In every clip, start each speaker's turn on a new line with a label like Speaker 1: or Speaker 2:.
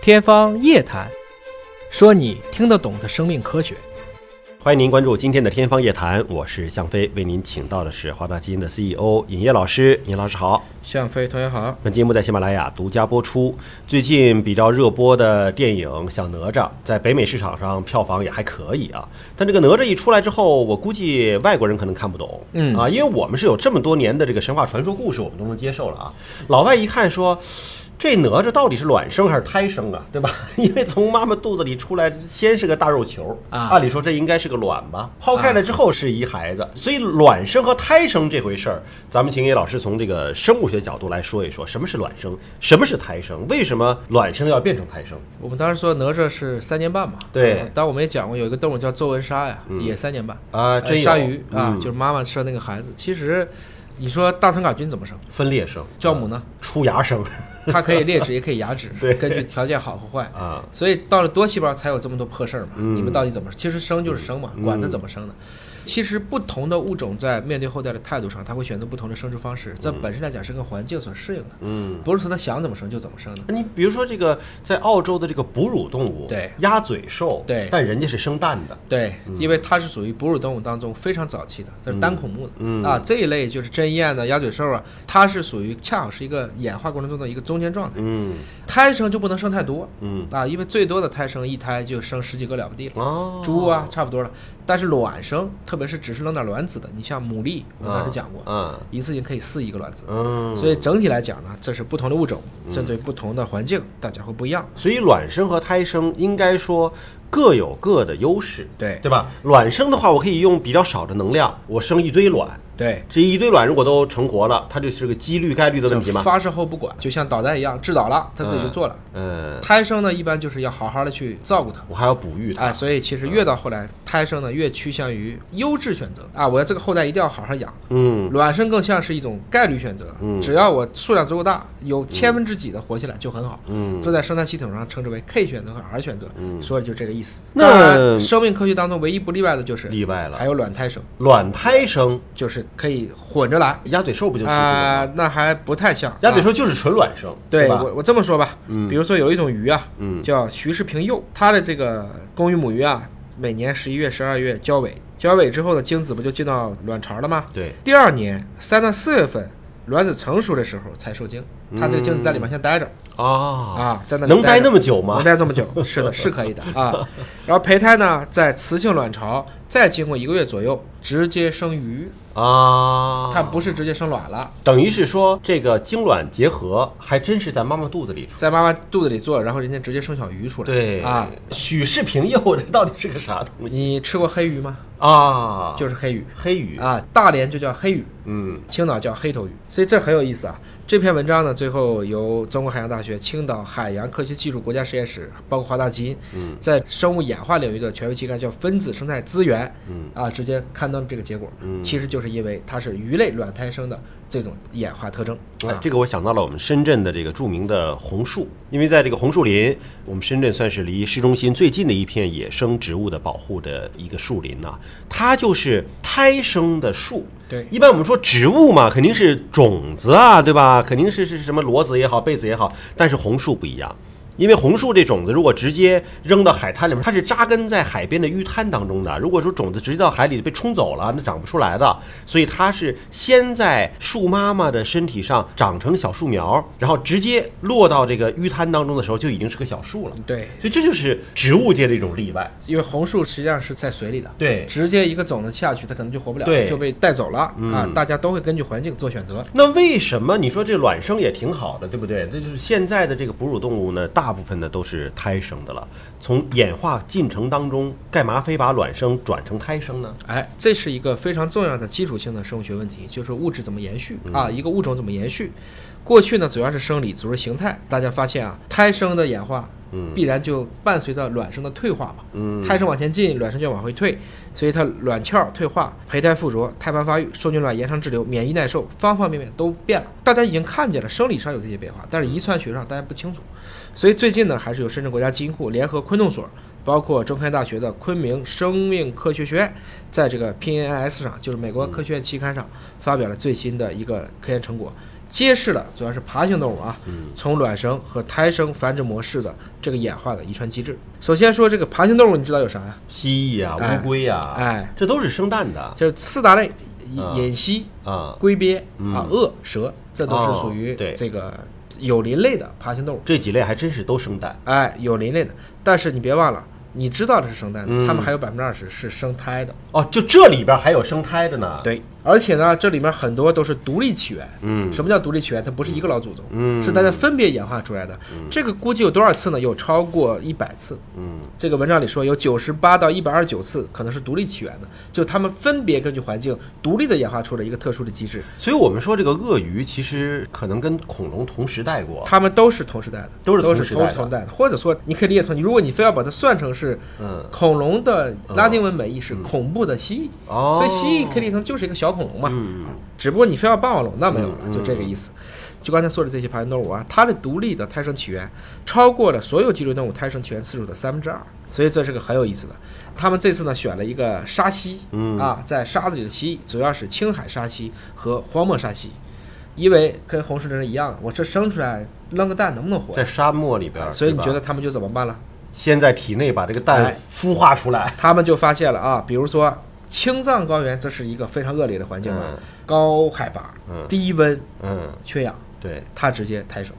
Speaker 1: 天方夜谭，说你听得懂的生命科学。
Speaker 2: 欢迎您关注今天的《天方夜谭》，我是向飞，为您请到的是华大基因的 CEO 尹烨老师。尹老师好，
Speaker 3: 向飞同学好。
Speaker 2: 本节目在喜马拉雅独家播出。最近比较热播的电影《小哪吒》在北美市场上票房也还可以啊，但这个哪吒一出来之后，我估计外国人可能看不懂，嗯啊，因为我们是有这么多年的这个神话传说故事，我们都能接受了啊。老外一看说。这哪吒到底是卵生还是胎生啊？对吧？ 因为从妈妈肚子里出来，先是个大肉球
Speaker 1: 啊
Speaker 2: 按理说这应该是个卵吧，抛开了之后是一孩子，所以卵生和胎生这回事儿，咱们请野老师从这个生物学角度来说一说，什么是卵生，什么是胎生，为什么卵生要变成胎生？
Speaker 1: 我们当时说哪吒是三年半嘛，
Speaker 2: 对
Speaker 1: 呃当然我们也讲过，有一个动物叫皱纹鲨呀，也三年半
Speaker 2: 啊
Speaker 1: 呃
Speaker 2: 真有
Speaker 1: 鲨鱼啊，
Speaker 2: 嗯
Speaker 1: 就是妈妈生那个孩子。其实你说大肠杆菌怎么生？
Speaker 2: 分裂生、
Speaker 1: 酵母 呢？
Speaker 2: 出芽 生
Speaker 1: 它可以裂脂，也可以牙脂
Speaker 2: 对，
Speaker 1: 根据条件好和坏。
Speaker 2: 啊，
Speaker 1: 所以到了多细胞才有这么多破事儿嘛。
Speaker 2: 嗯
Speaker 1: 你们到底怎么？其实生就是生嘛，
Speaker 2: 嗯
Speaker 1: 管它怎么生的。其实不同的物种在面对后代的态度上，它会选择不同的生殖方式，这本身来讲是跟环境所适应的，
Speaker 2: 嗯。
Speaker 1: 不是说它想怎么生就怎么生的。
Speaker 2: 你比如说这个，在澳洲的这个哺乳动物，
Speaker 1: 对
Speaker 2: 鸭嘴兽，
Speaker 1: 对
Speaker 2: 但人家是生蛋的，
Speaker 1: 对，因为它是属于哺乳动物当中非常早期的，它是单孔目的、
Speaker 2: 嗯
Speaker 1: 啊，这一类就是针鼹呢、鸭嘴兽啊，它是属于恰好是一个演化过程中的一个中间状态。
Speaker 2: 嗯
Speaker 1: 胎生就不能生太多
Speaker 2: 嗯，
Speaker 1: 啊，因为最多的胎生一胎就生十几个了不地了。
Speaker 2: 哦，
Speaker 1: 猪啊，差不多了。但是卵生，特别是只是扔点卵子的，你像牡蛎，我当时讲过，
Speaker 2: 嗯
Speaker 1: 一次性可以饲一个卵子。
Speaker 2: 嗯，
Speaker 1: 所以整体来讲呢，这是不同的物种，针对不同的环境，大家会不一样。
Speaker 2: 所以卵生和胎生应该说各有各的优势，
Speaker 1: 对
Speaker 2: 对吧？卵生的话，我可以用比较少的能量，我生一堆卵，
Speaker 1: 对，
Speaker 2: 这一堆卵如果都成活了，它就是个几率概率的问题
Speaker 1: 这
Speaker 2: 嘛。
Speaker 1: 发射后不管，就像导弹一样，制导了，它自己就做了。
Speaker 2: 嗯，
Speaker 1: 胎生呢，一般就是要好好的去照顾它。
Speaker 2: 我还要哺育它。
Speaker 1: 哎，所以其实越到后来，胎生呢越趋向于优质选择啊，我要这个后代一定要好好养。
Speaker 2: 嗯
Speaker 1: 卵生更像是一种概率选择，
Speaker 2: 嗯
Speaker 1: 只要我数量足够大，有千分之几的活下来就很好。
Speaker 2: 嗯，
Speaker 1: 这在生态系统上称之为 K 选择和 R 选择，说的就是这个意思。
Speaker 2: 那
Speaker 1: 当然，生命科学当中唯一不例外的就是
Speaker 2: 例外了
Speaker 1: 还有卵胎生，
Speaker 2: 卵胎生，
Speaker 1: 就是可以混着来啊、
Speaker 2: 鸭嘴兽不就是这个吗？
Speaker 1: 那还不太像
Speaker 2: 鸭嘴
Speaker 1: 啊
Speaker 2: 兽就是纯卵生，
Speaker 1: 对
Speaker 2: 吧？
Speaker 1: 我，我这么说吧，比如说有一种鱼啊，
Speaker 2: 嗯
Speaker 1: 叫徐氏平幼，它的这个公鱼母鱼啊，每年十一月、十二月交尾，交尾之后呢，精子不就进到卵巢了吗？
Speaker 2: 对，
Speaker 1: 第二年三到四月份，卵子成熟的时候才受精，它这个精子在里面先待着、
Speaker 2: 啊，
Speaker 1: 啊，在那里
Speaker 2: 嗯能待
Speaker 1: 待着
Speaker 2: 那么久吗
Speaker 1: 能？待这 么久，是的，是可以的啊。然后胚胎呢，在雌性卵巢再经过一个月左右，直接生鱼，
Speaker 2: 啊，
Speaker 1: 它不是直接生卵了，
Speaker 2: 等于是说这个精卵结合还真是在妈妈肚子里出。
Speaker 1: 在妈妈肚子里坐着，然后人家直接生小鱼出来。
Speaker 2: 对
Speaker 1: 啊，，
Speaker 2: 许世平幼这到底是个啥东西
Speaker 1: 你吃过黑鱼吗？
Speaker 2: 啊？
Speaker 1: 就是黑鱼
Speaker 2: 黑鱼，
Speaker 1: 啊，大连就叫黑鱼。
Speaker 2: 嗯
Speaker 1: 青岛叫黑头鱼，所以这很有意思啊。这篇文章呢，最后由中国海洋大学、青岛海洋科学技术国家实验室，包括华大基因，
Speaker 2: 嗯
Speaker 1: 在生物演化领域的权威期刊叫《分子生态资源》，
Speaker 2: 嗯
Speaker 1: 啊，直接刊登这个结果，
Speaker 2: 嗯
Speaker 1: 其实就是因为它是鱼类卵胎生的这种演化特征
Speaker 2: 哎
Speaker 1: 啊，
Speaker 2: 这个我想到了我们深圳的这个著名的红树，因为在这个红树林，我们深圳算是离市中心最近的一片野生植物的保护的一个树林呐、它就是胎生的树。
Speaker 1: 对
Speaker 2: 一般我们说植物嘛，肯定是种子啊，对吧？肯定是是什么裸子也好，被子也好，但是红树不一样。因为红树这种子，如果直接扔到海滩里面，它是扎根在海边的淤滩当中的。如果说种子直接到海里被冲走了，那长不出来的。所以它是先在树妈妈的身体上长成小树苗，然后直接落到这个淤滩当中的时候，就已经是个小树了。
Speaker 1: 对，
Speaker 2: 所以这就是植物界的一种例外。
Speaker 1: 因为红树实际上是在水里的，
Speaker 2: 对
Speaker 1: 直接一个种子下去，它可能就活不了，
Speaker 2: 对嗯
Speaker 1: 就被带走了、啊。大家都会根据环境做选择，
Speaker 2: 那为什么你说这卵生也挺好的，对不对？那就是现在的这个哺乳动物呢，大部分呢都是胎生的了。从演化进程当中，干嘛非把卵生转成胎生呢？
Speaker 1: 哎，这是一个非常重要的基础性的生物学问题，就是物质怎么延续啊，一个物种怎么延续。过去呢，主要是生理，组织形态。大家发现啊，胎生的演化，必然就伴随着卵生的退化嘛。
Speaker 2: 嗯
Speaker 1: 胎生往前进，卵生就往回退，所以它卵鞘退化、胚胎附着、胎盘发育、受精卵延长滞留、免疫耐受，方方面面都变了。大家已经看见了生理上有这些变化，但是遗传学上大家不清楚。所以最近呢，还是由深圳国家基因库联合昆动所，包括中科院大学的昆明生命科学学院，在这个 PNAS 上，就是美国科学院期刊上发表了最新的一个科研成果，揭示了主要是爬行动物啊，
Speaker 2: 嗯
Speaker 1: 从卵生和胎生繁殖模式的这个演化的遗传机制。首先说这个爬行动物，你知道有啥呀、
Speaker 2: 蜥蜴啊，
Speaker 1: 哎
Speaker 2: 乌龟啊，
Speaker 1: 哎，
Speaker 2: 这都是生蛋的
Speaker 1: 就是四大类：
Speaker 2: 啊
Speaker 1: 隐蜥、
Speaker 2: 啊。
Speaker 1: 龟鳖
Speaker 2: 嗯
Speaker 1: 啊、鳄、蛇，这都
Speaker 2: 哦
Speaker 1: 是属于
Speaker 2: 对
Speaker 1: 这个有鳞类的爬行动物。
Speaker 2: 这几类还真是都生蛋，
Speaker 1: 哎，有鳞类的，但是你别忘了，你知道的是生蛋
Speaker 2: 嗯
Speaker 1: 的，它们还有百分之二十是生胎的。
Speaker 2: 哦，就这里边还有生胎的呢。，
Speaker 1: 对，而且呢，这里面很多都是独立起源。
Speaker 2: 嗯，
Speaker 1: 什么叫独立起源？它不是一个老祖宗，
Speaker 2: 嗯
Speaker 1: 是大家分别演化出来的。这个估计有多少次呢？有超过一百次。
Speaker 2: 嗯
Speaker 1: 这个文章里说有九十八到一百二十九次可能是独立起源的，就他们分别根据环境独立的演化出了一个特殊的机制，
Speaker 2: 所以我们说这个鳄鱼其实可能跟恐龙同时代过，
Speaker 1: 他们都是同时代的，
Speaker 2: 都
Speaker 1: 都
Speaker 2: 是同
Speaker 1: 是
Speaker 2: 时代的
Speaker 1: 同时代的，或者说你可以理解成，如果你非要把它算成是
Speaker 2: 嗯，
Speaker 1: 恐龙的拉丁文本意是恐怖的蜥蜴，
Speaker 2: 哦，
Speaker 1: 所以蜥蜴可以理解成就是一个小恐龙嘛，
Speaker 2: 嗯
Speaker 1: 只不过你非要霸王龙，那没有了，
Speaker 2: 嗯嗯
Speaker 1: 就这个意思。就刚才说的这些爬行动物啊，它的独立的胎生起源超过了所有脊椎动物胎生起源次数的三分之二，所以这是个很有意思的。他们这次呢选了一个沙蜥，
Speaker 2: 嗯
Speaker 1: 啊，在沙子里的蜥蜴主要是青海沙蜥和荒漠沙蜥，因为跟红石榴人一样，我这生出来扔个蛋能不能活
Speaker 2: 在
Speaker 1: 呀？
Speaker 2: 沙漠里边，
Speaker 1: 啊所以你
Speaker 2: 对吧
Speaker 1: 觉得他们就怎么办了？
Speaker 2: 先在体内把这个蛋
Speaker 1: 哎
Speaker 2: 孵化出来，
Speaker 1: 他们就发现了啊，比如说青藏高原，这是一个非常恶劣的环境啊，
Speaker 2: 嗯
Speaker 1: 高海拔、
Speaker 2: 嗯
Speaker 1: 低温、
Speaker 2: 嗯，
Speaker 1: 缺氧，
Speaker 2: 对，
Speaker 1: 它直接胎生。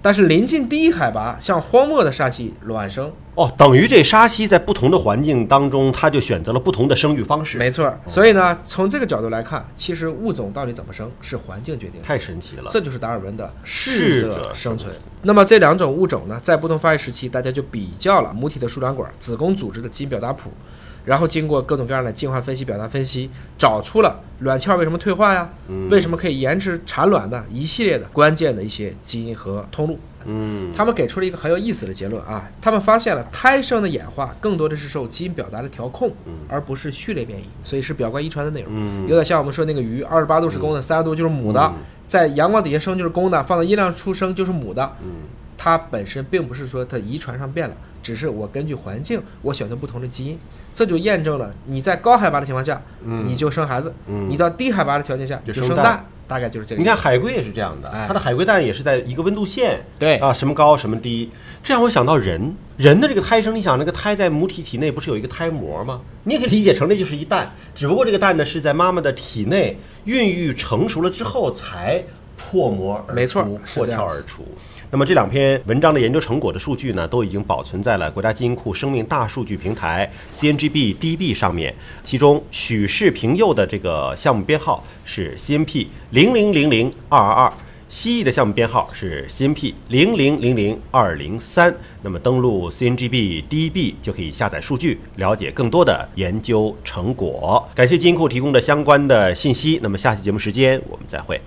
Speaker 1: 但是临近低海拔，像荒漠的沙蜥卵生，
Speaker 2: 哦，等于这沙蜥在不同的环境当中，它就选择了不同的生育方式，
Speaker 1: 没错儿。所以呢，从这个角度来看，其实物种到底怎么生是环境决定的。
Speaker 2: 太神奇了，
Speaker 1: 这就是达尔文的
Speaker 2: 适
Speaker 1: 适
Speaker 2: 者
Speaker 1: 者生
Speaker 2: 生
Speaker 1: 存。那么这两种物种呢，在不同发育时期，大家就比较了母体的输卵管、子宫组织的基因表达谱，然后经过各种各样的进化分析、表达分析，找出了卵鞘为什么退化呀，为什么可以延迟产卵的一系列的关键的一些基因和通路。
Speaker 2: 嗯
Speaker 1: 他们给出了一个很有意思的结论啊，他们发现了胎生的演化更多的是受基因表达的调控，而不是序列变异，所以是表观遗传的内容。
Speaker 2: 嗯
Speaker 1: 有点像我们说那个鱼，二十八度是公的，三十度就是母的，在阳光底下生就是公的，放到阴凉处生就是母的。
Speaker 2: 嗯
Speaker 1: 它本身并不是说它遗传上变了，只是我根据环境我选择不同的基因，这就验证了你在高海拔的情况下，
Speaker 2: 嗯
Speaker 1: 你就生孩子；
Speaker 2: 嗯
Speaker 1: 你到低海拔的条件下
Speaker 2: 就
Speaker 1: 你
Speaker 2: 生
Speaker 1: 生
Speaker 2: 蛋
Speaker 1: 蛋，大概就是这个
Speaker 2: 你
Speaker 1: 意思。
Speaker 2: 看海龟也是这样的，
Speaker 1: 哎
Speaker 2: 它的海龟蛋也是在一个温度线，
Speaker 1: 对
Speaker 2: 啊，什么高什么低，这让我想到人，人的这个胎生，你想那个胎在母体体内不是有一个胎膜吗？你也可以理解成那就是一蛋，只不过这个蛋呢是在妈妈的体内孕育成熟了之后才破膜而出，
Speaker 1: 没错是
Speaker 2: 破
Speaker 1: 这
Speaker 2: 壳
Speaker 1: 样
Speaker 2: 而
Speaker 1: 子
Speaker 2: 出。那么这两篇文章的研究成果的数据呢，都已经保存在了国家基因库生命大数据平台 CNGB DB 上面。其中许世平佑的这个项目编号是 CNP 零零零零二二二，蜥蜴的项目编号是 CNP 零零零零二零三。那么登录 CNGB DB 就可以下载数据，了解更多的研究成果。感谢基因库提供的相关的信息。那么下期节目时间我们再会。